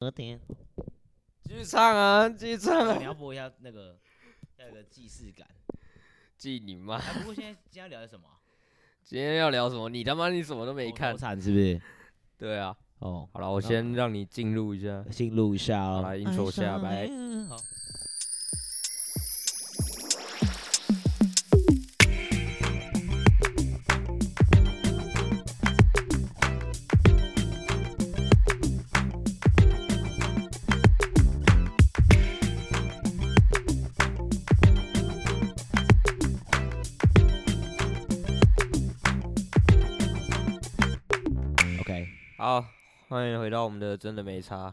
我 天，继续唱啊，继续唱你啊！要播一下那个，要有个既视感。记你妈！哎，不过现在今天要聊的什么 啊？啊哦今天要聊什么？你他妈你什么都没口看头。禅是不是？对啊，哦，好了，我那先让你进入一下，进呃入一下好哦。来 intro 一下，来。好。OK，好，欢迎回到我们的真的没差。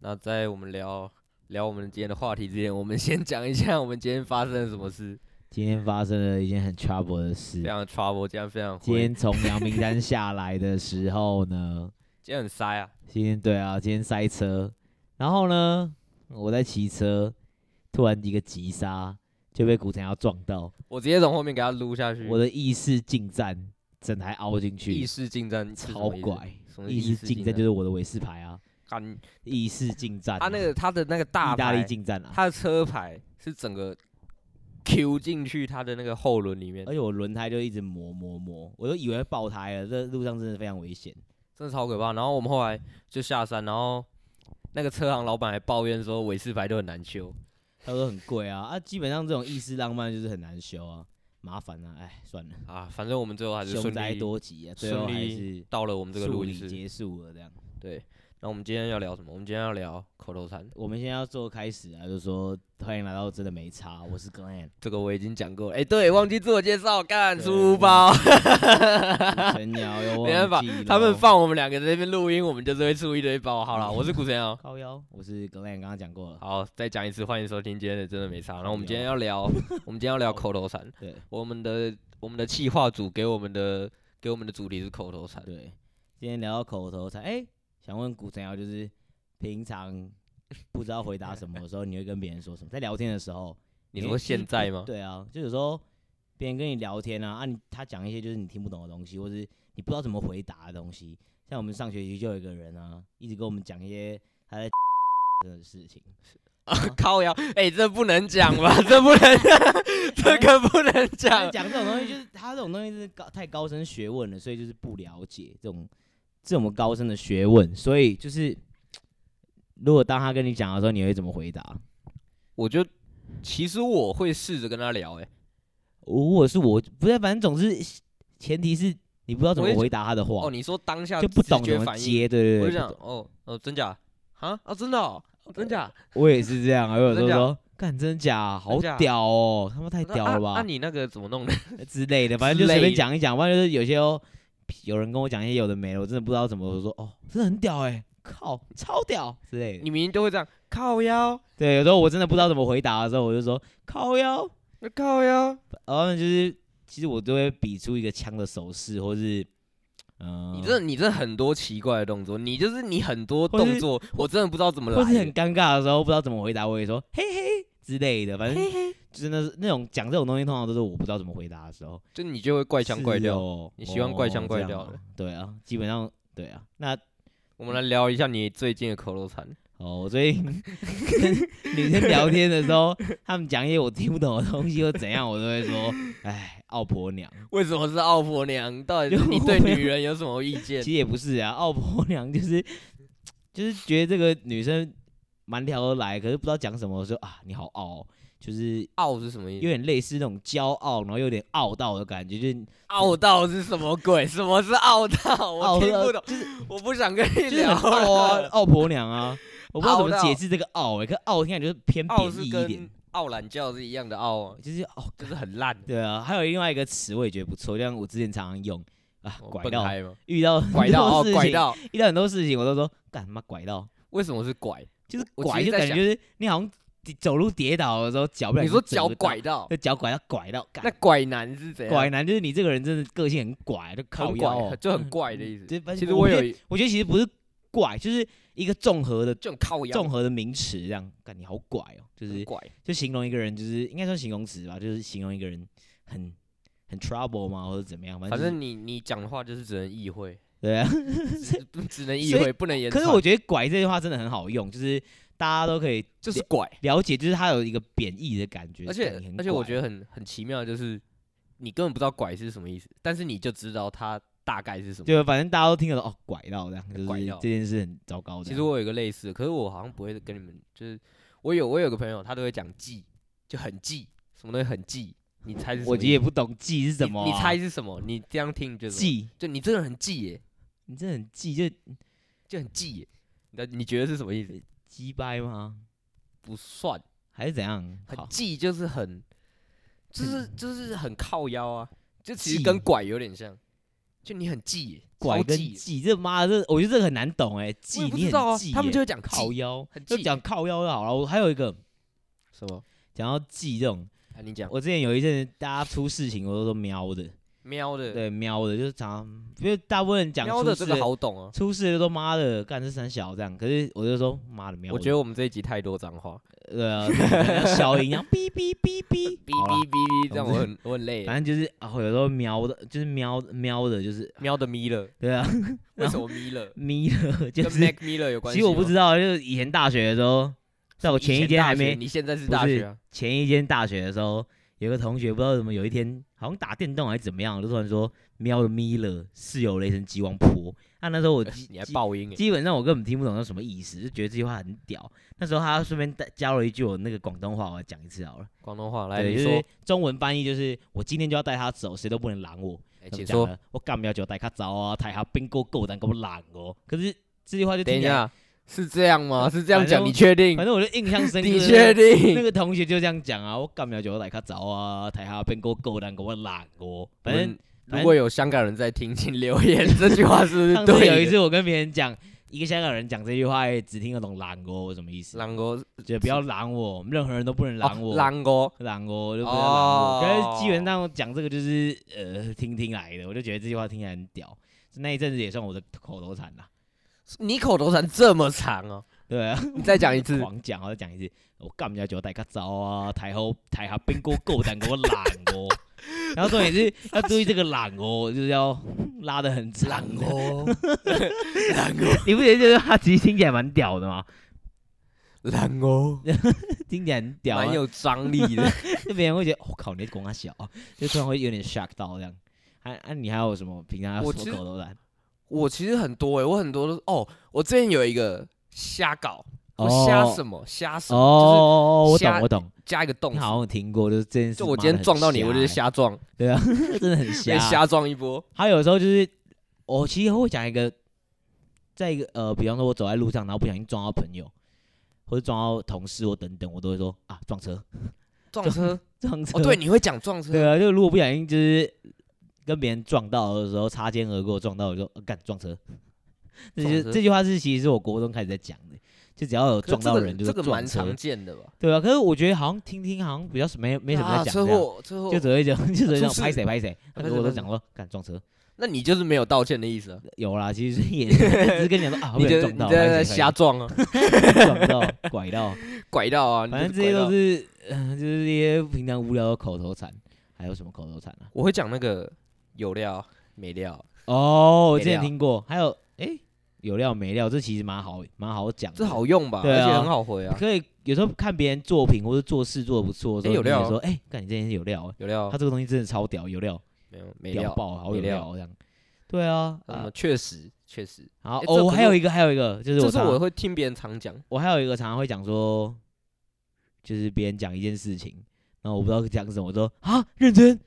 那在我们聊聊我们今天的话题之前，我们先讲一下我们今天发生了什么事，今天发生了一件很 trouble 的事非。常 trouble，这样非常今灰，天从阳明山下来的时候呢， 今天很塞啊，今天对啊，今天塞车，然后呢，我在骑车，突然一个急刹就被古城要撞到，我直接从后面给他撸下去，我的意识进站，整台凹进意去，识进站是什超么意思，拐。什么意意识识进进站站就是我的韦氏牌啊，干意识进站啊、他那个他的那个大意大利牌，进站啊，他的车牌是整个 Q 进去他的那个后轮里面而，且我轮胎就一直磨磨磨，我都以为爆胎了，这路上真的非常危险。真的超可怕。然后我们后来就下山，然后那个车行老板还抱怨说韦氏牌都很难修。他说很贵啊，啊，基本上这种意式浪漫就是很难修啊，麻烦啊，哎，算了，啊，反正我们最后还是凶顺宅利多吉啊，最顺后还利是到了我们这个处录理音室。结束了这样。对，那我们今天要聊什么？我们今天要聊口头禅，我们现在要做开始啊，就说欢迎来到真的没差，我是 Glenn，这个我已经讲过了。哎、对，忘记自我介绍，干对书包， 陈瑶又没办忘法记了，他们放我们两个在那边录音，我们就是会出一堆包。好 了，我是古神瑶。 靠腰，我是 Glenn，刚刚讲过了，好，再讲一次，欢迎收听今天的真的没差。然后我们今天聊要 聊，我们今天要聊口头禅。对我们的我们的企划组给我们的给我们的主题是口头禅。对，今天聊到口头禅，哎、想问古陈瑶就是平常不知道回答什么的时候，你会跟别人说什么？在聊天的时候，你因为就说是现在吗？对啊，就有时候别人跟你聊天啊，啊你他讲一些就是你听不懂的东西，或是你不知道怎么回答的东西。像我们上学期就有一个人啊，一直跟我们讲一些他在 的事 情，啊 靠腰，哎、这不能讲吧？这不能， 这个不能他讲。讲这种东西就是他这种东西就是高太高深学问了，所以就是不了解这种这种高深的学问，所以就是如果当他跟你讲的时候，你会怎么回答？我就其实我会试着跟他聊、哎，如果是我，不是，反正总之前提是你不知道怎么我也回答他的话，哦，你说当下就不直懂觉怎么反应，接，对对对，我就不想懂，哦哦，真假？啊啊，真的、哦，真假？我也是这样啊，我有时候真假说，干真假，好假屌哦，他妈太我说屌了啊啊吧你那个怎么弄的？之类的，反正之就随类便的讲一讲，不然就是有些哦，有人跟我讲一些有的没的，我真的不知道怎么我说，哦，真的很屌哎、靠，超屌之类的你。明明都会这样，靠腰，对，有时候我真的不知道怎么回答的时候，我就说靠腰，靠腰。然后就是其实我都会比出一个枪的手势，或是嗯，你这你这很多奇怪的动作，你就是你很多或是动作，我真的不知道怎么来或是很的。尴尬的时候，不知道怎么回答，我也说嘿嘿之类的，反正就真的是那种讲这种东西，通常都是我不知道怎么回答的时候，就你就会怪腔怪是调。哦你喜欢怪腔哦怪这样调啊的对啊，基本上对啊。那我们来聊一下你最近的口头禅。 哦，我最近跟女生聊天的时候，她们讲一些我听不懂的东西或怎样，我都会 说，哎，奥婆娘。为什么是奥婆娘？到底是就你我对没有女人有什么意见其？实也不是啊，奥婆娘 就是就是觉得这个女生蛮聊得来，可是不知道讲什么，说啊你好傲哦，就是傲是什么意有思？点类似那种骄傲，然后有点傲到的感觉，就是傲到是什么鬼？什么是傲到？傲我听到不懂，就是我不想跟你就是聊很傲啊，了。傲婆娘啊，我不知道怎么傲到解释这个傲哎、欸，可是傲听起来就是偏贬傲是义一点跟，傲懒觉是一样的傲啊，就是哦，就是很烂。对啊，还有另外一个词我也觉得不错，像我之前常常用啊，哦拐笨到 胎吗？遇到拐到很多哦事，情拐到， 遇到很多事情我都说干嘛拐到，为什么是拐？就是我其拐实就在感觉想就是你好像跌走路跌倒的时候脚不小你心说折脚到拐，到，那脚拐到拐到那干拐男是怎样？拐男就是你这个人真的个性很拐，就靠很腰拐，哦。就很怪的意思。对反正其实我我觉有得一我觉得其实不是怪，就是一个综合的就很靠腰，综合的名词，这样干你好拐哦，就很是拐。就形容一个人，就是应该算形容词吧，就是形容一个人很很 trouble 嘛，或者怎么样，反反正就是正你你讲的话就是只能意会，对啊，只只能意所以会，不能言可传。是我觉得“拐”这句话真的很好用，就是大家都可以就是拐，了解，就是它有一个贬义的感觉。而干且你很而且我拐觉得很很奇妙，就是你根本不知道拐是什么意思，但是你就知道它大概是什么。就反正大家都听得到哦，拐到这样，就是拐到这件事很糟糕的。其实我有一个类似的，可是我好像不会跟你们，就是我有我有个朋友，他都会讲记，就很记，什么东西很记，你猜是什么我意思？其实也不懂记是什么啊、你？你猜是什么？你这样听就是什么，记？就你真的很记耶，你这很记就就很记耶。那你觉得是什么意思？鸡掰吗？不算，还是怎样？很好，嗯记就是很，就是就是很靠腰啊，就其实记哦跟拐有点像，就你很记耶，拐超跟记耶记，这妈的，这我觉得这个很难懂哎、记我也不你知很道啊记，他们耶就会讲靠靠腰，很就记讲靠腰就好了。我还有一个什么？讲到记这种，啊，你讲我之前有一阵子大家出事情，我都说喵的，喵的，，对喵的，就是常因为大部分人讲喵出的事这个好懂哦。出事的都妈的干这三小这样，可是我就说妈的喵的，我觉得我们这一集太多脏话，对啊，然后消音，然后哔 哔哔哔哔哔哔哔，这样总我之很我很累哔，。反正就是啊，有时候瞄的，就是瞄瞄的，就是喵的咪了，对啊，为什么咪了？眯的，就跟是 Mac Miller 有关其系实吗？我不知道，啊就是以前大学的时候，在我以前前一间大还学没你现在是不大是学啊？前一间大学的时候，有个同学不知道怎么有一天好像打电动还是怎么样，就突然说瞄的眯了，室友雷神激光波。那、啊那时候我基你还基爆音哎？基本上我根本听不懂那什么意思，就觉得这句话很屌。那时候他顺便带教了一句我那个广东话，我来讲一次好了。广东话来，对，你就说是，中文翻译就是我今天就要带他走，谁都不能拦我。哎怎么请讲说。呢？我干不了就带他走啊，抬下冰锅够胆给我拦哦。可是这句话就等一听起来，下，是这样吗？是这样反讲？正你确定反？正我就印象深刻。你确那定？个同学就这样讲啊，我干不了就带他走啊，抬下冰锅够胆给我拦哦。反正我们如果有香港人在听，请留言这句话是不是上次嗯对的？有一次我跟别人讲，一个香港人讲这句话，也只听得懂拦哦什么意思，狼哥，哦就不要拦我，任何人都不能拦我。狼哥，懒哦，就不能懒哦。可哦是基本上我讲这个就是呃听听来的，我就觉得这句话听起来很屌。那一阵子也算我的口头禅啦。你口头禅这么 长哦？对啊，你再讲一 次，狂讲，我再讲一次，我干不了酒带个糟啊，台后台下冰锅够胆给我懒哦。然后重点是要注意这个懒哦，就是要拉的很长哦。哦，狼哦，你不觉得这句话其实听起来蛮屌的吗？狼哦，听起来很屌、啊， 蛮有张力 的。就别人会觉得我、靠，你在拱他小、啊就突然会有点 shock 到这样。啊啊，你还有什么平常要我说其实口头禅？我其实很多哎、我很多都是哦，我之前有一个瞎搞，我瞎什么瞎什么，哦，我瞎懂我懂，就是加一个动你词。好像有听过，就是这件事。就我今天撞到你，我就是瞎瞎撞，欸， 对啊，真的很先瞎。瞎撞一波。还有时候就是，我其实会讲一个，在一个呃，比方说我走在路上，然后不小心撞到朋友，或者撞到同事或等等，我都会说啊撞车， 撞车撞车。哦，对，，你会讲撞车， 对啊，就如果不小心就是跟别人撞到的时候擦肩而过撞到，我就呃干、撞车。 这撞就车这句话是其实是我国中开始在讲的，就只要有可是撞到人就是这个这个撞蛮车，常见的吧？对啊。可是我觉得好像听听好像比较是没没什么啊在讲车这样。祸，车祸就只会讲，就只会讲出事啊拍谁拍谁，拍谁我都拍谁讲说敢撞车，那你就是没有道歉的意思啊，有啦，其实也只是 跟你讲说啊，你被就撞你到，在拍在谁 瞎撞啊， 拍谁撞到拐到，拐到啊，你反正就这是些拐都到是，嗯，就是一些平常无聊的口头禅，还有什么口头禅啊？我会讲那个有料没料，哦，我没之前料听过，还有诶，有料没料，这其实蛮好蛮好讲的，这好用吧？对啊而且很好回啊，可以有时候看别人作品或者做事做的不错的时候，诶有你也料啊哦说诶，看你这件事有料欸，有料他这个东西真的超屌，有料，没有没屌料，爆，好没有料料这样，对啊，啊嗯，确实确实，然后诶这哦，不还是有一个，还有一个，就是这我是常我会听别人常讲。我还有一个常常会讲说，就是别人讲一件事情，然后我不知道讲什么，我说啊认真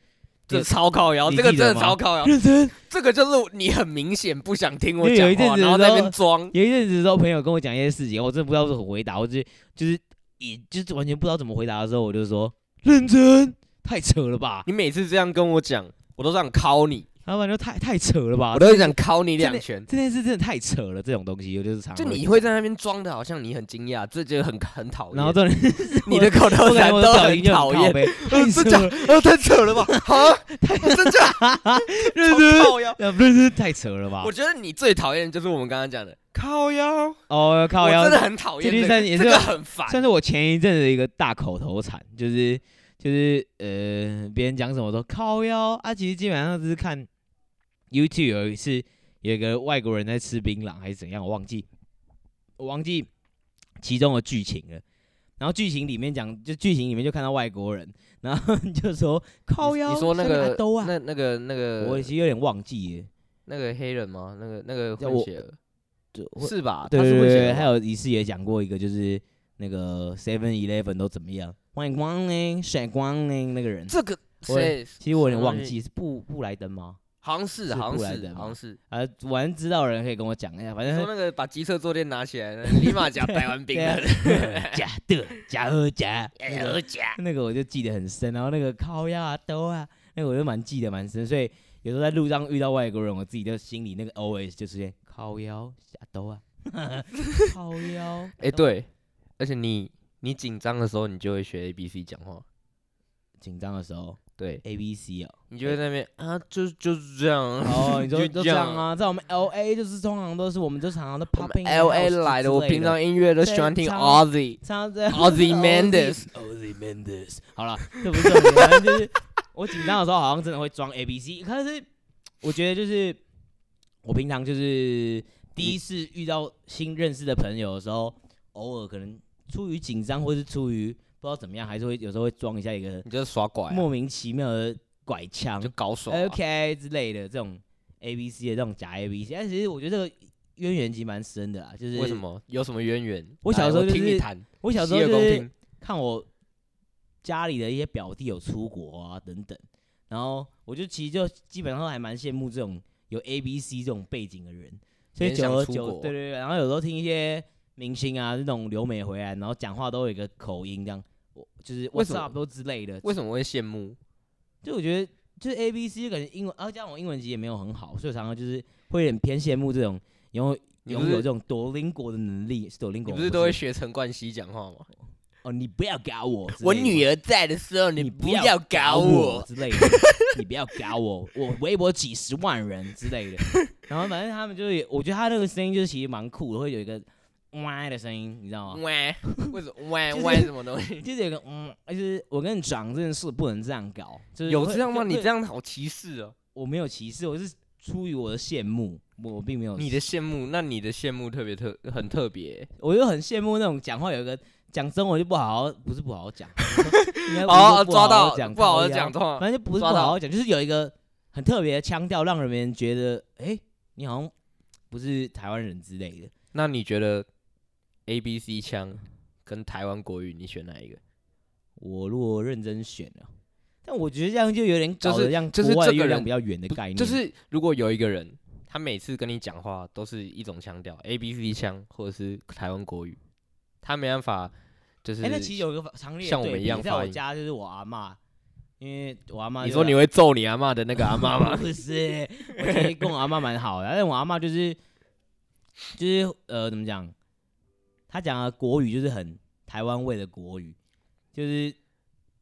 这你超靠腰，你这个记真得的吗超靠 腰，认真。这个就是你很明显不想听我因为有讲一阵话，子然后的在时那候边装。有一阵子的时候，朋友跟我讲一些事情，我真的不知道怎么回答，我就就是也就是完全不知道怎么回答的时候，我就说认真，太扯了吧，你每次这样跟我讲，我都想敲你，老板就太太扯了吧我，都想敲你真的两拳。这件事真的太扯了，这种东西我就是常就常你会在那边装的好像你很惊讶，这就很很讨厌。然后重点 你的口头我感禅觉我都的表情就讨很靠厌， 背，太这扯讲了，呃，太扯 了吧？啊，真假？ 认真超 靠腰。呃认真太扯了吧我？觉得你最讨厌的就是我们刚刚讲的靠腰，哦，靠腰我真的很讨厌这句这算也个，是这个很烦。算是我前一阵子的一个大口头禅，就是就是呃，别人讲什么都靠腰啊，其实基本上就是看 YouTube 有一次有一个外国人在吃槟榔还是怎样，我忘记，我忘记其中的剧情了。然后剧情里面讲，就剧情里面就看到外国人，然后 你就说靠腰，你说那个都啊，那那个那我个其实有点忘记耶，那个黑人吗？那个那个叫混我血儿对我是吧？对他是对混对血对，儿还吧有一次也讲过一个，就是那个 Seven Eleven 都怎么样，欢迎光临，闪光临那个人，这个我谁？其实我有点什么东忘西记是布布莱登吗？好像是是好布像莱是德吗好像是。啊，反正知道的人可以跟我讲一下，反你正说 那个把机车坐垫拿起来，立马讲台湾兵对 啊的 假的，假和假，哎那个假。那个我就记得很深，然后那个靠呀啊兜啊，那个我就蛮记得蛮深，所以有时候在路上遇到外国人，我自己就心里那个 OS 就出现靠腰啊兜啊， 靠腰， 哎，，对，而且你你紧张的时候，你就会学 A B C 讲话，紧张的时候对， A B C 哦，你就会在那边啊，就就是这样啊。哦，你说就就这这样样啊，在我们 L A 就是通常都是我们就常常都我们 popping L A 来的，的，我平常音乐都喜欢听对唱 Ozzy。常常这样 Ozzy Mendes Ozzy Mendes，好了，这不是重点，反正就是我紧张的时候好像真的会装 A B C，可是我觉得就是我平常就是第一次遇到新认识的朋友的时候，偶尔可能出于紧张或是出于不知道怎么样，还是会有时候会装一下一个你就是耍拐啊，莫名其妙的拐腔就，搞爽啊。 OK 之类的这种 A B C 的这种假 A B C，但其实我觉得这个渊源其实蛮深的啦，就是为什？么？有什么渊源？我小来时候就听你是谈，我小时洗候耳就恭是听看我家里的一些表弟有出国啊等等，然后我就其实就基本上还蛮羡慕这种有 A B C 这种背景的人，所以联久想而出久国对对对，然后有时候听一些明星啊那种留美回来，然后讲话都有一个口音这样。我就是为 What's 什么 up 都之类的，为什么会羡慕？就我觉得就是 A B C 感觉英文，啊，加上我英文其实也没有很好，所以我常常就是会有点偏羡慕这种拥有你不拥有这是种多邻国的能力，是多邻你国。不是都会学陈冠希讲话吗？哦，你不要搞我，儿，儿在的时候，你不要搞我。之类的，你不要搞我，我微博几十万人之 类的。然后反正他们就是也，我觉得他那个声音就是其实蛮酷的，会有一个哇的声音，你知道吗？ 喂，为什么喂 就是喂什么东西？就是有一个嗯，就是我跟你讲这件事不能这样搞，就是有会这样吗？会你会这样好歧视哦。我没有歧视，我是出于我的羡慕，我并没有你的羡慕，那你的羡慕特别特很特别。我就很羡慕那种讲话有一个讲中文就不好好，不是不好好讲，应该哦，不是不好抓好到讲，不好好靠腰讲，错。啊反正就不是不抓好到好讲，就是有一个很特别的腔调，让人们觉得哎、诶你好像不是台湾人之类的。那你觉得 A B C 腔跟台湾国语，你选哪一个？我如果认真选了、但我觉得这样就有点搞就是得让就是国外的这个月亮人比较圆的不概念，就是如果有一个人，他每次跟你讲话都是一种腔调，A B C 腔或者是台湾国语，他没办法，就是、哎、那其实有一个强烈的像我对们一比样在发我音家就是我阿嬷，因为我阿嬷你就说是你会揍你阿嬷的那个阿 嬷吗？不是，我其实跟我阿妈蛮好的，但是我阿妈就是就是呃，怎么讲？她讲的国语就是很台湾味的国语，就是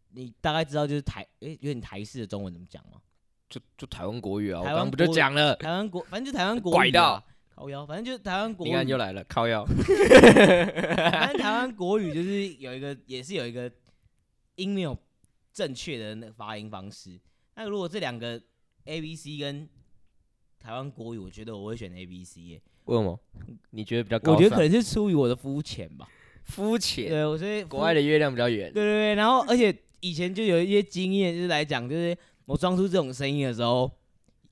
你大概知道就是台诶、有点台式的中文怎么讲吗？就就台湾国语啊，我台刚湾不就国语讲了，台湾国，反正就台湾国语、啊。拐到靠腰，反正就是台湾国你看语又，来了，靠腰。反正台湾国语就是有一个，也是有一个音没有正确的那个发音方式。那如果这两个 A B C 跟台湾国语，我觉得我会选 A B C 耶、为什么？你觉得比较高我尚？觉得可能是出于我的肤浅吧。肤浅，对，我所以国外的，的月亮比较圆对。对对。然后，而且以前就有一些经验，就是来讲，就是我装出这种声音的时候，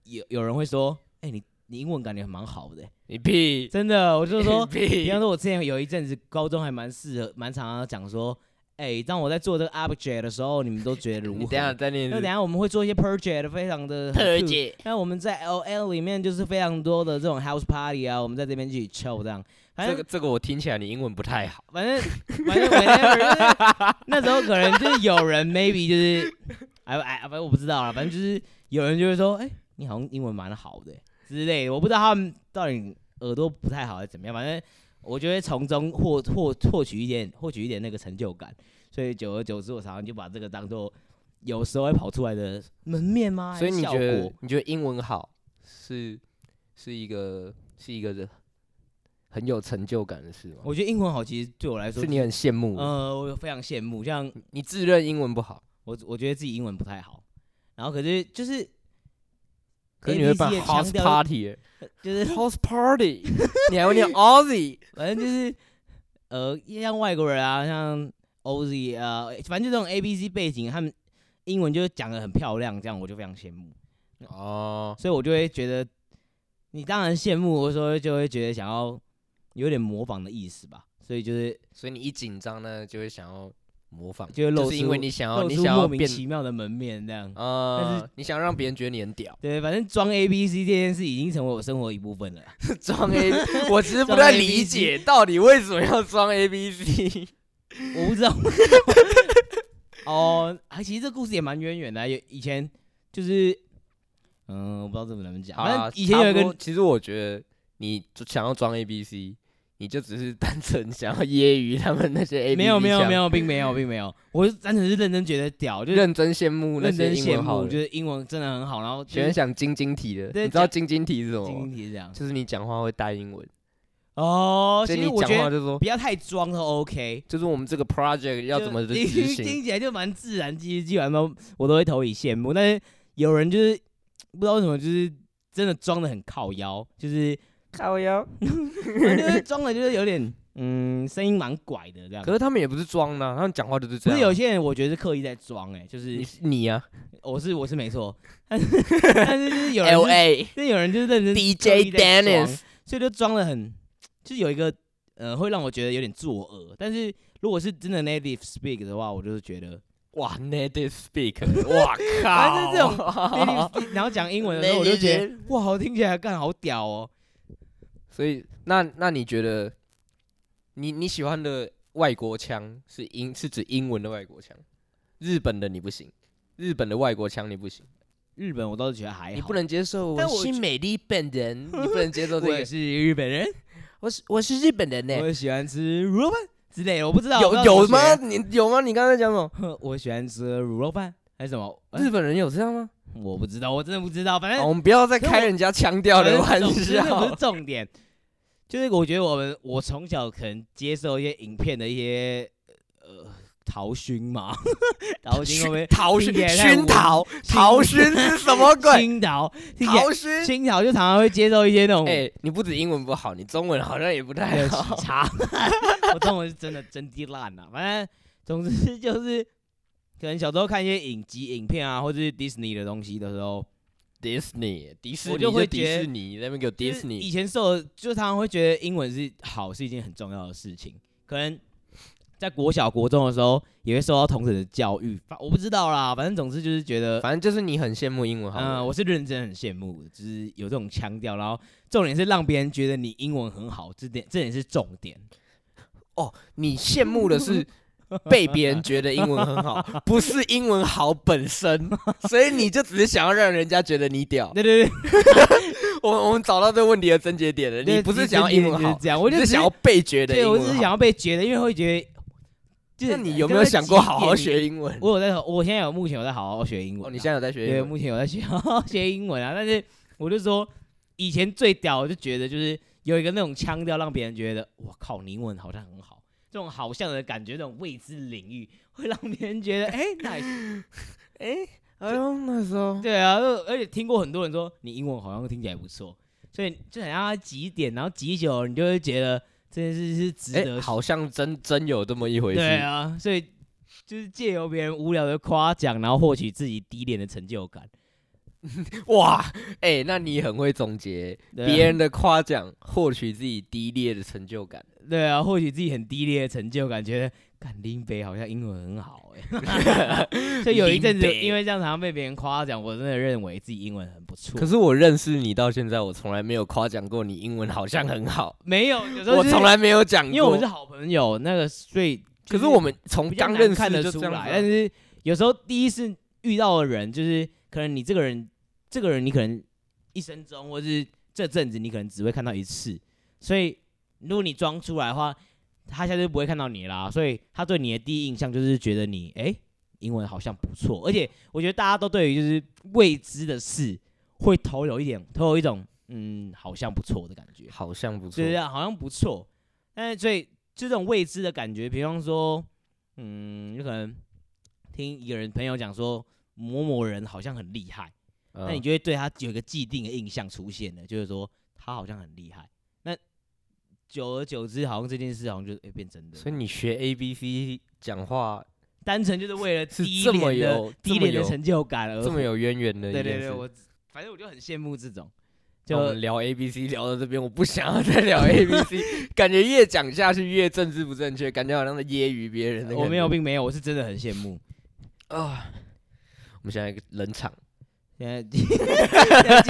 有有人会说：“哎、你你英文感觉蛮好的欸、你屁，真的。”我就说，比 屁方，说，我之前有一阵子高中还蛮适合，蛮常常讲说：“哎、当我在做这个 object 的时候，你们都觉得如 你何？”等一下再念那等一一次。下我们会做一些 project，非常的很 cute 那我们在 L L 里面就是非常多的这种 house party 啊，我们在这边去 chill 这样，反这正个这个我听起来你英文不太好，反正反正 whatever，就是那时候可能就是有人 maybe 就是，哎哎，反正我不知道了，反正就是有人就会说，哎、你好像英文蛮好的、之类的，我不知道他们到底耳朵不太好还是怎么样，反正我就会从中获获获取一点获取一点那个成就感，所以久而久之，我常常就把这个当做有时候会跑出来的门面吗？所以你还觉是效得果你觉得英文好是是一个是一个人很有成就感的事吗？我觉得英文好，其实对我来说是，你嗯很羡慕的，呃，我非常羡慕，像你自认英文不好，我我觉得自己英文不太好，然后可是就是可是你会 ABC 办也 house 强调 party，欸 就是 house party，你 还会念 Aussie，反正就是呃，像外国人啊，像 OZ 啊、呃，反正就这种 A B C 背景，他们英文就讲的很漂亮，这样我就非常羡慕，哦，所以我就会觉得你当然羡慕，我说就会觉得想要有点模仿的意思吧，所以就是所以你一紧张呢，就会想要模仿，就会露就出是因为你想要露你出想要莫名变其妙的门面这样。但啊是，你想让别人觉得你很屌， 对，反正装 A B C 这件事已经成为我生活一部分了。装 A，我只是不装太 ABC 理解到底为什么要装 A B C。我不知道。 哦，啊，其实这故事也蛮渊源的啊，有以前就是，嗯，我不知道怎么能讲，好反啦正以前有一，差不个多其实我觉得你就想要装 A B C，你就只是单纯想要揶揄他们那些 A B C，没有没有没，有，并没有并没有，我是单纯是认真觉得屌，就是认真羡慕那认些真英羡文好慕，就的，是英文真的很好，然后就喜欢是想晶晶体的，对你知道晶晶体是什么今吗？天是这样。就是你讲话会带英文，哦，所其以实你我讲觉话得就说，不要太装都 OK，就是我们这个 project 要就怎么的听执行，听起来就蛮自然，其实基本上都我都会投以羡慕。但是有人就是不知道为什么，就是真的装的很靠腰，就是靠腰。反正就是装的，就是有点嗯，声音蛮拐的这样。可可是他们也不是装的啊，他们讲话就是这是有样。些人我觉得是刻意在装，哎，就是 你你啊我是我是没错， 但是就是有人就是 A 但有人就是认真 DJ 刻意在装 Dennis 所以就装的很，就是有一个呃，会让我觉得有点作恶。但是如果是真的 native speak 的话，我就是觉得哇，native speak，哇 靠！反正这 种 native speak，然后讲英文的时候，我就觉得哦 Native 哇，好听起来干好屌哦。所以，那那你觉得你你喜欢的外国腔是英是指英文的外国腔，日本的你不行，日本的外国腔你不行，日本我倒是觉得哎还好，你不能接受但我我是觉美丽本人，你不能接 受这我也个，是日本人。我是我是日本人呢、我喜欢吃卤肉饭之类的，我不知道有有吗？？你有吗？你刚才讲什么？我不知道 我喜欢吃卤肉饭还是什么？呃日本人有这样吗？我不知道，我真的不知道。反哦正我们不要再哎可是开我人家腔调的反玩啊正总之那不是笑。重点，就是我觉得我们我从小可能接受一些影片的一些呃陶熏嘛， 陶熏会不会逃听熏起来太熏文陶陶熏是什么鬼？熏陶？听起来陶熏熏陶就常常会接受一些那种哎、你不止英文不好，你中文好像也不还哦太有好喜。茶， 我中文是真的真的烂了、反正总之就是，可能小时候看一些影集、影片啊，或者是 Disney 的东西的时候， Disney，迪士尼我就会迪觉士得尼那边给我就是以 Disney，前受的就常常会觉得英文是好是一件很重要的事情，可能在国小、国中的时候也会受到同等的教育，反我不知道啦，反正总之就是觉得。反正就是你很羡慕英文好嗯，的我是认真很羡慕，就是有这种腔调，然后重点是让别人觉得你英文很好，这点这点是重点。你羡慕 的是被别人觉得英文很好，不是英文好本身，所以你就只是想要让人家觉得你屌。对对对，我我们找到这个问题的症结点了，对你不是这想要这点英文就是好，这样，我你就是想要被觉得对，英我文只是好想要被觉得，因为会觉得，就是那你有没有想过好好？学英文你？我有在，我现在有目前有在好好学英文啊、哦，你现在有在对，学英文？目前有在 学 好好学英文啊，但是我就说，以前最屌，我就觉得就是有一个那种腔调，让别人觉得我靠，你英文好像很好，这种好像的感觉，这种未知领域会让别人觉得 哎、nice。 哎，哎呦，那时候对啊，就而且听过很多人说你英文好像听起来不错，所以就很让他挤点，然后挤久了，你就会觉得这件事是值哎，得好像真真有这么一回对事。啊，所以就是借由别人无聊的夸奖，然后获取自己低廉的成就感。哇，哎，那你很会总结对啊别人的夸奖，获取自己低劣的成就感。对啊，获取自己很低劣的成就感，觉得干林北好像英文很好哎、 所以有一阵子林北因为这样常常被别人夸奖，我真的认为自己英文很不错。可是我认识你到现在，我从来没有夸奖过你英文好像很好，没有，有时候我就是从来没有讲过。因为我们是好朋友，那个所以就可是我们从比较刚难认识看得就出这样来，子啊但是有时候第一次遇到的人，就是可能你这个人，这个人你可能一生中或是这阵子你可能只会看到一次，所以如果你装出来的话，他下次就不会看到你啦。所以他对你的第一印象就是觉得你哎、诶英文好像不错，而且我觉得大家都对于就是未知的事会投有一点投有一种嗯好像不错的感觉。哎好像不错对，啊，好像不错。但是所以就这种未知的感觉，比方说，嗯，有可能听一个人朋友讲说某某人好像很厉害，那你就会对他有一个既定的印象出现了，就是说他好像很厉害。那久而久之，好像这件事好像就诶变真的了，所以你学 A B C 讲话单纯就是为了是低这廉么的有低这么廉的有成就感而这么有渊源的一呃对件事。哦对对，我反正我就很羡慕这种，那我就们聊 A B C 聊到这边，我不想要 再聊 A B C，感觉越讲下去越政治不正确，感觉好像在揶揄别人的感觉。我没有并没有，我是真的很羡慕。啊。我们现在冷场，现在要进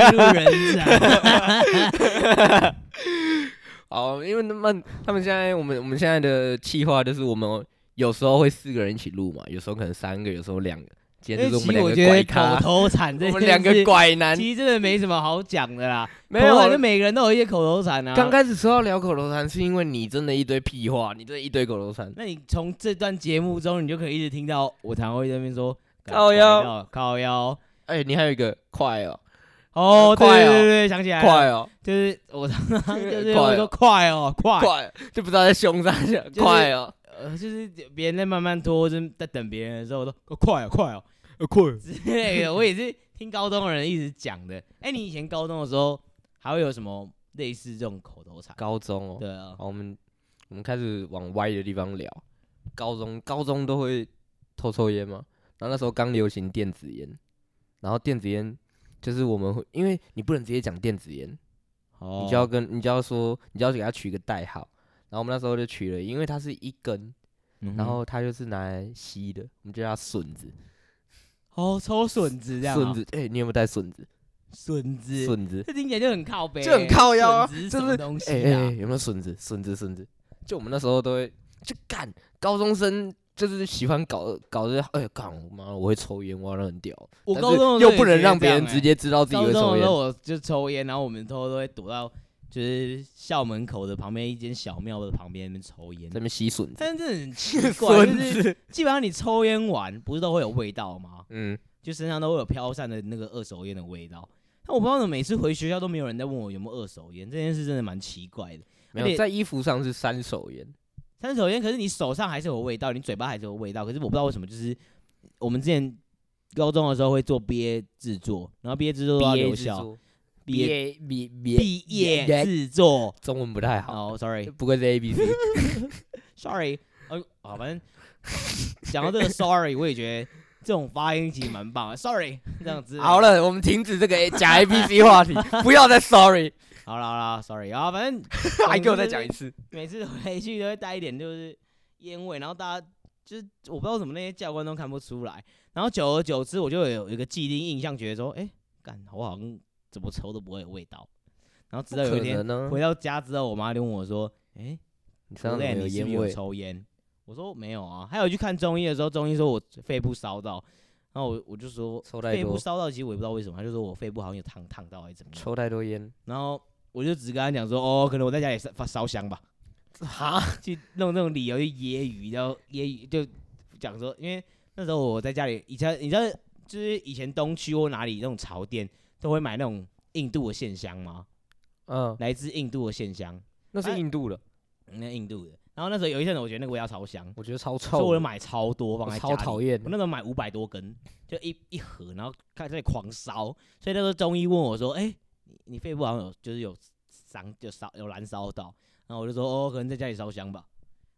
入人 场，好，因为他们他们现在我们我们现在的计划就是我们有时候会四个人一起录嘛，有时候可能三个，有时候两个。今因天为就是我其们实两我个觉得怪口咖，头禅这我们件两个事拐男，其实真的没什么好讲的啦。没口头禅有就每个人都有一些口头禅啊。刚开始说要聊口头禅，是因为你真的一堆屁话，你真的一堆口头禅。那你从这段节目中，你就可以一直听到我常会在那边说靠腰，干靠腰。哎、你还有一个快哦，哦，对快对哦对对，想起来了，快哦，就是我常常就是快哦会说快哦，快，快，就不知道在凶啥去是快哦，呃，就是别人在慢慢拖，就是在等别人的时候，我说、哦、快哦，快哦呃快，之类的。我也是听高中的人一直讲的。哎、你以前高中的时候还会有什么类似这种口头禅？高中哦，对啊，好，我们我们开始往歪的地方聊。高中高中都会偷抽烟嘛，然后那时候刚流行电子烟，然后电子烟就是我们会，因为你不能直接讲电子烟，哦你就要跟你就要说，你就要给它取一个代号。然后我们那时候就取了，因为它是一根，嗯哼然后它就是拿来吸的，我们就叫它笋子。哦，抽笋子这样、笋，子，哎、你有没有带笋子？笋子，笋子，这听起来就很靠背、就很靠腰啊笋子就什是么东西哎、啊？哎、哎有没有笋子？笋子，笋子，就我们那时候都会就干，高中生就是喜欢搞搞这，哎、呀，干，我妈我会抽烟，我好像很屌，我但高是中的时候又不也能是让别这样人欸直接知道自己高会中抽的时候烟，我就抽烟，然后我们偷偷都会躲到就是校门口的旁边一间小庙的旁边那边抽烟在。那边吸笋子，但是很奇 怪，就是基本上你抽烟完不是都会有味道吗？嗯，就身上都会有飘散的那个二手烟的味道。但我不知道怎么每次回学校都没有人在问我有没有二手烟，这件事真的蛮奇怪的。没而有且在衣服上是三手烟，三手烟可是你手上还是有味道，你嘴巴还是有味道，可是我不知道为什么，就是我们之前高中的时候会做毕业制作，然后毕业制作都要毕业留制校，作，毕毕业业毕毕毕业制作。中文不太好，哦、s o r r y 不愧是 A B C， sorry，呃，好，反正讲到这个 sorry，我也觉得这种发音其实蛮棒的。sorry，这样子。好，了，我们停止这个 A- 假 A B C 话题，不要再 sorry，好了，好了，sorry 啊，反正还给我再讲一次，每次回去都会带一点就是烟味，然后大家就是我不知道为什么那些教官都看不出来，然后久而久之我就有一个既定印象，觉得说，哎、干我好像怎么抽都不会有味道，然后直到有一天不可能呢，啊回到家之后，我妈就问我说，哎、你身教上怎么练，你是有不烟是有味？抽烟？我说没有啊。还有去看中医的时候，中医说我肺部烧到，然后我我就说抽太肺部多，烧到，其实我也不知道为什么，他就说我肺部好像有烫烫到还是怎么样。抽太多烟，然后我就只跟他讲说，哦，可能我在家里烧发烧香吧， 哈，去弄这种理由去揶揄，然后揶揄就讲说，因为那时候我在家里，以前你知道，就是以前东区或哪里那种潮店都会买那种印度的线香吗？嗯，来自印度的线香，那是哎印度的，那印度的。然后那时候有一阵子，我觉得那个味道超香，我觉得超臭所的，以我就买超多放我在超家里讨厌我。那时候买五百多根，就一一盒，然后开始在狂烧。所以那时候中医问我说：“哎、你你肺部好像有就是有伤，就烧有燃烧到。”然后我就说：“哦，可能在家里烧香吧。”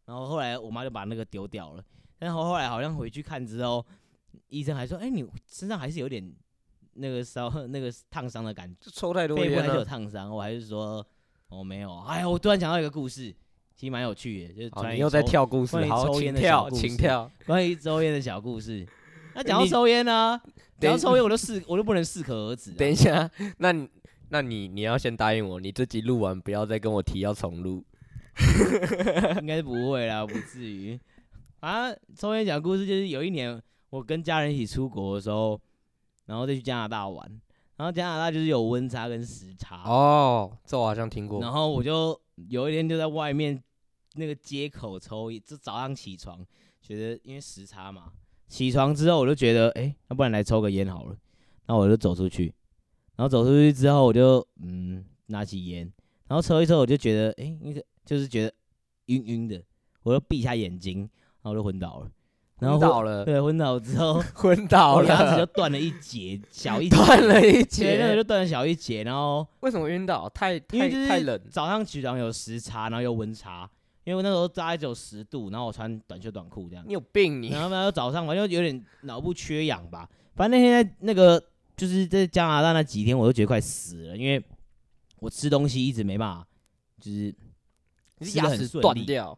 然后后来我妈就把那个丢掉了。然后后来好像回去看之后，医生还说：“哎、你身上还是有点那个烧 那个烫伤的感觉，就抽太多肺部烟还是有了。烫伤。”我还是说：“哦，没有。”哎呀，我突然想到一个故事，其实蛮有趣的，就是突好，然哦你又在抽跳故事关，于好，抽请烟的跳，小故请事跳。关于抽烟的小故事。那讲你到抽烟呢、讲到等抽烟我就适我就不能适可而止、啊。等一下， 那你那你你要先答应我，你这集录完不要再跟我提要重录。应该是不会啦，不至于。啊，抽烟讲故事就是有一年我跟家人一起出国的时候，然后再去加拿大玩，然后加拿大就是有温差跟时差，哦，这我好像听过然。后我就有一天就在外面那个街口抽烟，就早上起床觉得因为时差嘛，起床之后我就觉得，哎、要不然来抽个烟好了。那我就走出去，然后走出去之后我就嗯拿起烟，然后抽一抽，我就觉得嗯哎、诶那个就是觉得晕晕的，我就闭一下眼睛，然后我就昏倒了。然后昏倒昏了，对，昏倒之后昏倒我牙齿就 了，断了一节，小一 节断了一对，那个截。就断了小一节，然后为什么晕倒？太太因为就是太冷，早上起床有时差，然后有温差，因为我那时候大概只有十度，然后我穿短袖短裤这样，你有病你！然后呢早上反正就有点脑部缺氧吧，反正那天在那个就是在加拿大那几天，我都觉得快死了，因为我吃东西一直没办法，就是你是吃得牙很齿顺断利掉，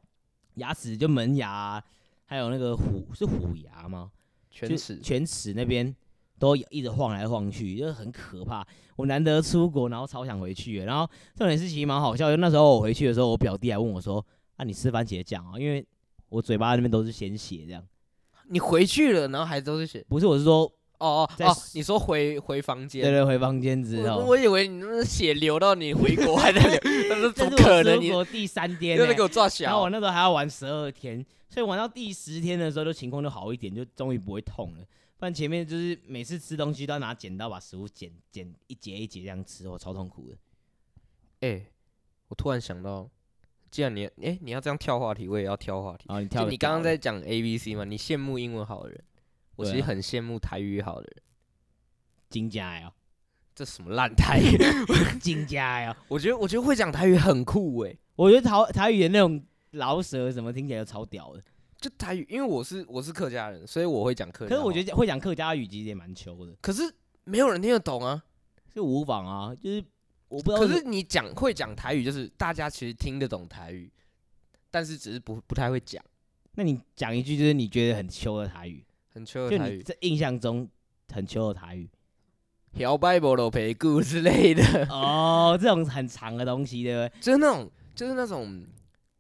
牙齿就门牙，还有那个虎是虎牙吗？全就齿犬齿那边都一直晃来晃去，就是很可怕。我难得出国，然后超想回去的。然后重点是其实蛮好笑，就那时候我回去的时候，我表弟还问我说：“啊，你吃番茄酱啊？”因为我嘴巴那边都是鲜血，这样你回去了，然后还都是血。不是我是说，哦哦在哦，你说回回房对间？对，回房间之我后，我以为你那血流到你回国还在 流，他这说怎是我么可能？你出国第三天、又在欸给，我抓然后小我，那时候还要玩十二天，所以玩到第十天的时候，就情况就好一点，就终于不会痛了。不然前面就是每次吃东西都要拿剪刀把食物剪剪一节一节这样吃，我超痛苦的。哎、我突然想到，既然你哎、你要这样跳话题，我也要跳话题。啊，你跳就个哦你刚屌刚了在讲 A B C 嘛，你羡慕英文好的人，我其对实啊很羡慕台语好的人。金家呀，这什么烂台 语？金家呀，我觉得我觉得会讲台语很酷哎、哦我觉得台台语的那种饶舌什么听起来就超屌的，就台语，因为我是我是客家人，所以我会讲客可家是话。我觉得会讲客家语其实也蛮秋的，可是没有人听得懂啊。是无妨啊，就是我不知道可为什么，是你讲会讲台语，就是大家其实听得懂台语，但是只是不不太会讲，那你讲一句就是你觉得很秋的台语，很缺就台你语，这印象中很秋的 台语摇摆波罗陪故之类的。 哦，这种很长的东西对不对？就是那种就是那种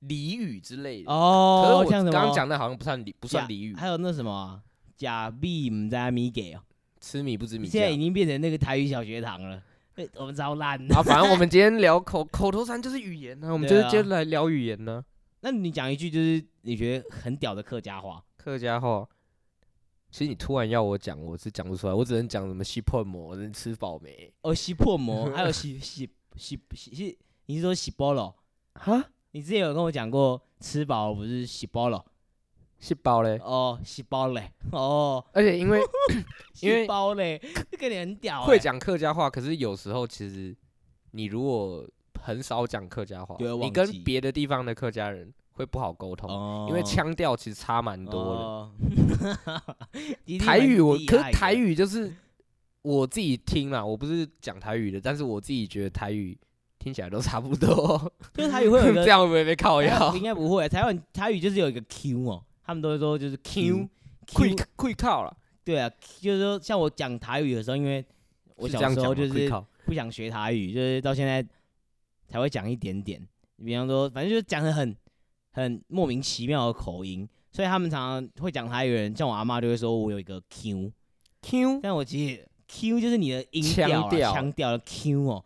俚语之类的。哦，可是像什我么刚刚讲的好像不算俚，不不算俚语，还有那什么啊假币唔知米给哦，吃米不知米现在已价。经变成那个台语小学堂了，哎我们超烂的。啊，反正我们今天聊 口口头禅就是语言呢、我们就对是啊接来聊语言啊呢、那你讲一句就是你觉得很屌的客家话，客家话。其实你突然要我讲，我是讲不出来，我只能讲什么西破馍，我能吃饱没？哦，洗破 膜，还有洗洗洗洗洗，你是说洗包了？哈，你之前有跟我讲过，吃饱了不是洗包了？是饱嘞。哦，洗包嘞，哦，而且因为因为洗包嘞，这个你很屌、欸，会，讲客家话，可是有时候其实你如果很少讲客家话就会，你忘跟记别的地方的客家人会不好沟通，哦因为腔调其实差蛮多的。 的台语我，可是台语就是我自己听啦，我不是讲台语的，但是我自己觉得台语听起来都差不多。就是台语 会有 一个哎这样会不会被靠台腰语？应该不会，台湾台语就是有一个 Q 哦，他们都会说就是 Q，, Q 会会靠了，对啊，就是说像我讲台语的时候，因为我是小这样时候讲吗就会是 靠不想学台语，就是到现在才会讲一点点。比方说，反正就是讲的很很莫名其妙的口音，所以他们常常会讲台语的人，像我阿妈就会说我有一个 Q， Q 但我其实 Q 就是你的音调腔啊、调腔调的 Q 哦，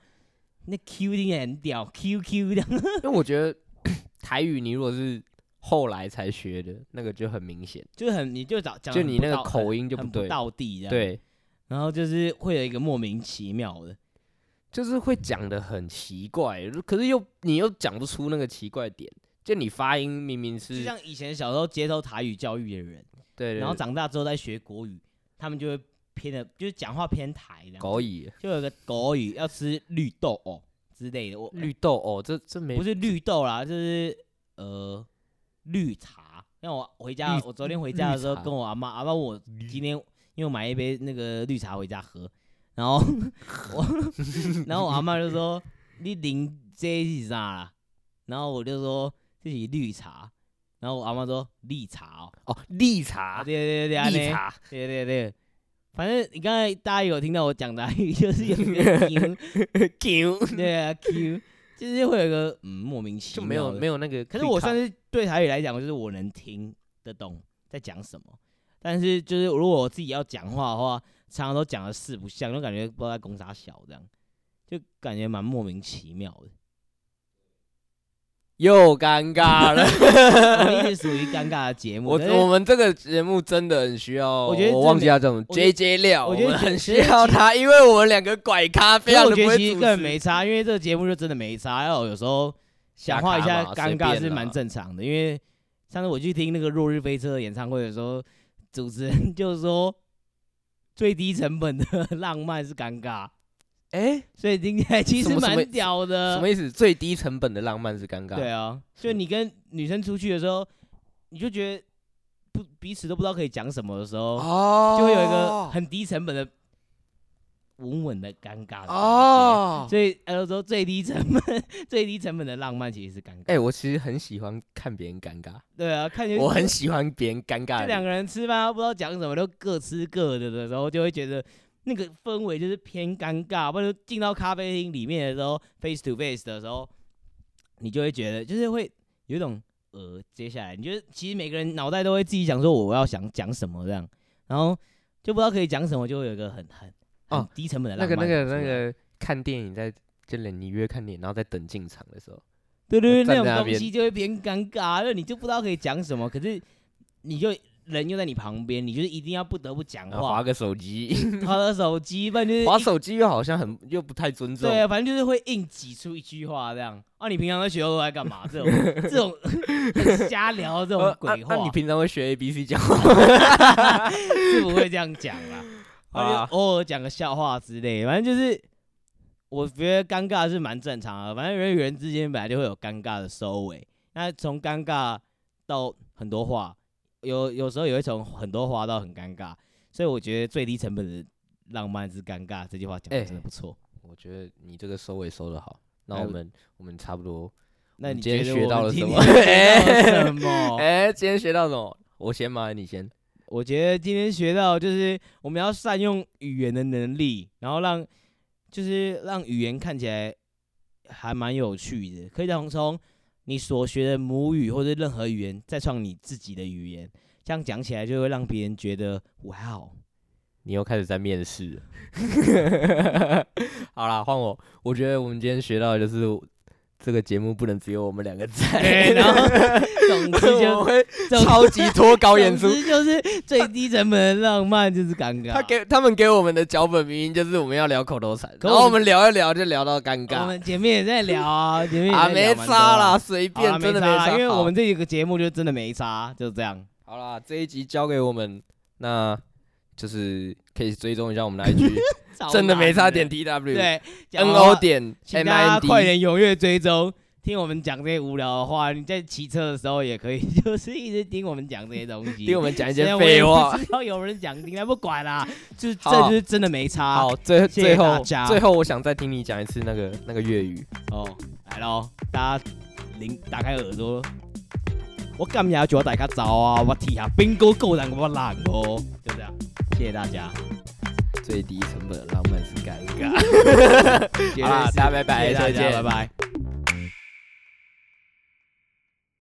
那 Q 听起来很屌，Q Q 的。因为我觉得 台语你如果是后来才学的那个就很明显，就是很你就找讲得就很你不那个到口音就很不很对不到地的，，对，然后就是会有一个莫名其妙的，就是会讲的很奇怪，可是又你又讲不出那个奇怪点，就你发音明明就是像以前小时候接受台语教育的人，对，对然后对长大之后再学国语，他们就会偏的，就是讲话偏台的，狗语就有个国语要吃绿豆哦之类的，我绿豆哦，这这没不是绿豆啦，就是呃绿茶。像我回家绿，我昨天回家的时候绿茶跟我阿妈，阿妈问我今天因为我买一杯那个绿茶回家喝，然后我然后我阿妈就说你淋这是啥啦？然后我就说这是绿茶，然后我阿妈说绿茶哦，哦，绿啊茶，对对对对，安啊绿尼茶， 对对对，反正你刚才大家有听到我讲台语，就是有一个 Q Q，对 啊 Q，就是会有一个嗯莫名其就妙没有的没有那个 click 可啊，是我算是对台语来讲，就是我能听得懂在讲什么，但是就是如果我自己要讲话的话，常常都讲的四不像，就感觉不知道在攻啥小这样，就感觉蛮莫名其妙 的。又尴尬了。 我们 一直属于尴尬的节目，我但是我们这个节目真的很需要，我觉得我这忘没记他叫什么我觉得 J J 料，我我觉得们其很其需实要其他，因为我们两个拐咖可非是常我的觉不得会其实主根本持，没差，因为这个节目就真的没差，然后有时候。讲话一下瞎卡嘛尴尬随是便啦蛮正常的，因为上次我去听那个落日飞车的演唱会的时候，主持人 就说最低成本的 浪漫是尴尬，哎、所以听起来其什实么什么蛮屌什的么。意思？最低成本的浪漫是尴尬。呃对啊，就你跟女生出去的时候，你就觉得不彼此都不知道可以讲什么的时候，哦就会有一个很低成本的稳稳的尴尬的感觉哦。所以他就说最低成本， 最低成本的浪漫其实是尴尬。哎、我其实很喜欢看别人尴尬，对啊，看见我很喜欢别人尴尬就的两脸。个人吃饭不知道讲什么，都各吃各的的时候，就会觉得那个氛围就是偏尴尬。或者进到咖啡厅里面的时候，face to face 的时候，你就会觉得就是会有一种呃，接下来你就是其实每个人脑袋都会自己想说我要想讲什么这样，然后就不知道可以讲什么，就会有一个很很很哦低成本的那浪个、漫、那个、那，个，看电影在就冷你约看电影，然后在等进场的时候，对对对，站那在那种东边西就会变尴尬，那你就不知道可以讲什么，可是你就人又在你旁边，你就是一定要不得不讲然后话划，个手机， 他的手机，不然就是划一手机又好像很又不太尊重。对啊，反正就是会硬挤出一句话这样。啊，你平常在学校都在干嘛？ 这种这种很瞎聊这呃种鬼那、啊话，你平常会学 A B C 讲话是不会这样讲啦。 好啊，啊就偶尔讲个笑话之类，反正就是我觉得尴尬是蛮正常的。反正人与人之间本来就会有尴尬的收尾，那从尴尬到很多话，有有时候也会从很多话到很尴尬，所以我觉得最低成本的浪漫是尴尬这句话讲的真的哎不错。我觉得你这个收尾收的好，那哎我我们我们差不多。那我你今天觉得学我到们了今什天 么学到了什么？ 哎、今天学到什么？我先吗？你先。我觉得今天学到就是我们要善用语言的能力，然后让就是让语言看起来还蛮有趣的，可以从从你所学的母语或者任何语言再创你自己的语言，这样讲起来就会让别人觉得哇哦， 你又开始在面试了。 好啦，换我。我觉得我们今天学到的就是这个节目不能只有我们两个在，对哎 然后总之我们就会总超级脱稿演出总。之就是最低成本的浪漫就是尴尬。 他给他们给我们的脚本明明就是我们要聊口头禅，可然后我我们们聊一聊就聊到尴我尬们前面也在聊啊，前面也啊，在聊没蛮多差啦，啊，随好啦便，真的没啦差，因为好我们这个节目就真的没差，就这样。好啦，这一集交给我们，那就是可以追踪一下我们 的 IG，超真的没差烂点 TW，对，N O 点，点请 M 大 I N 家 D，快点踊跃追踪，听我们讲这些无聊的话。你在骑车的时候也可以，就是一直听我们讲这些东西。听我们讲一虽些然我也废话不。知道有人讲，你才不管啦、就是这好就是真的没差。好，最谢谢最大后家最后，我想再听你讲一次那个那个粤语。哦，来喽，大家铃打开耳朵。我今日做大家走啊，我踢下冰哥够人我烂哦，就这样，谢谢大家，最低成本的浪漫是尴尬。谢谢 好啦大家拜拜谢谢大再家，见拜拜。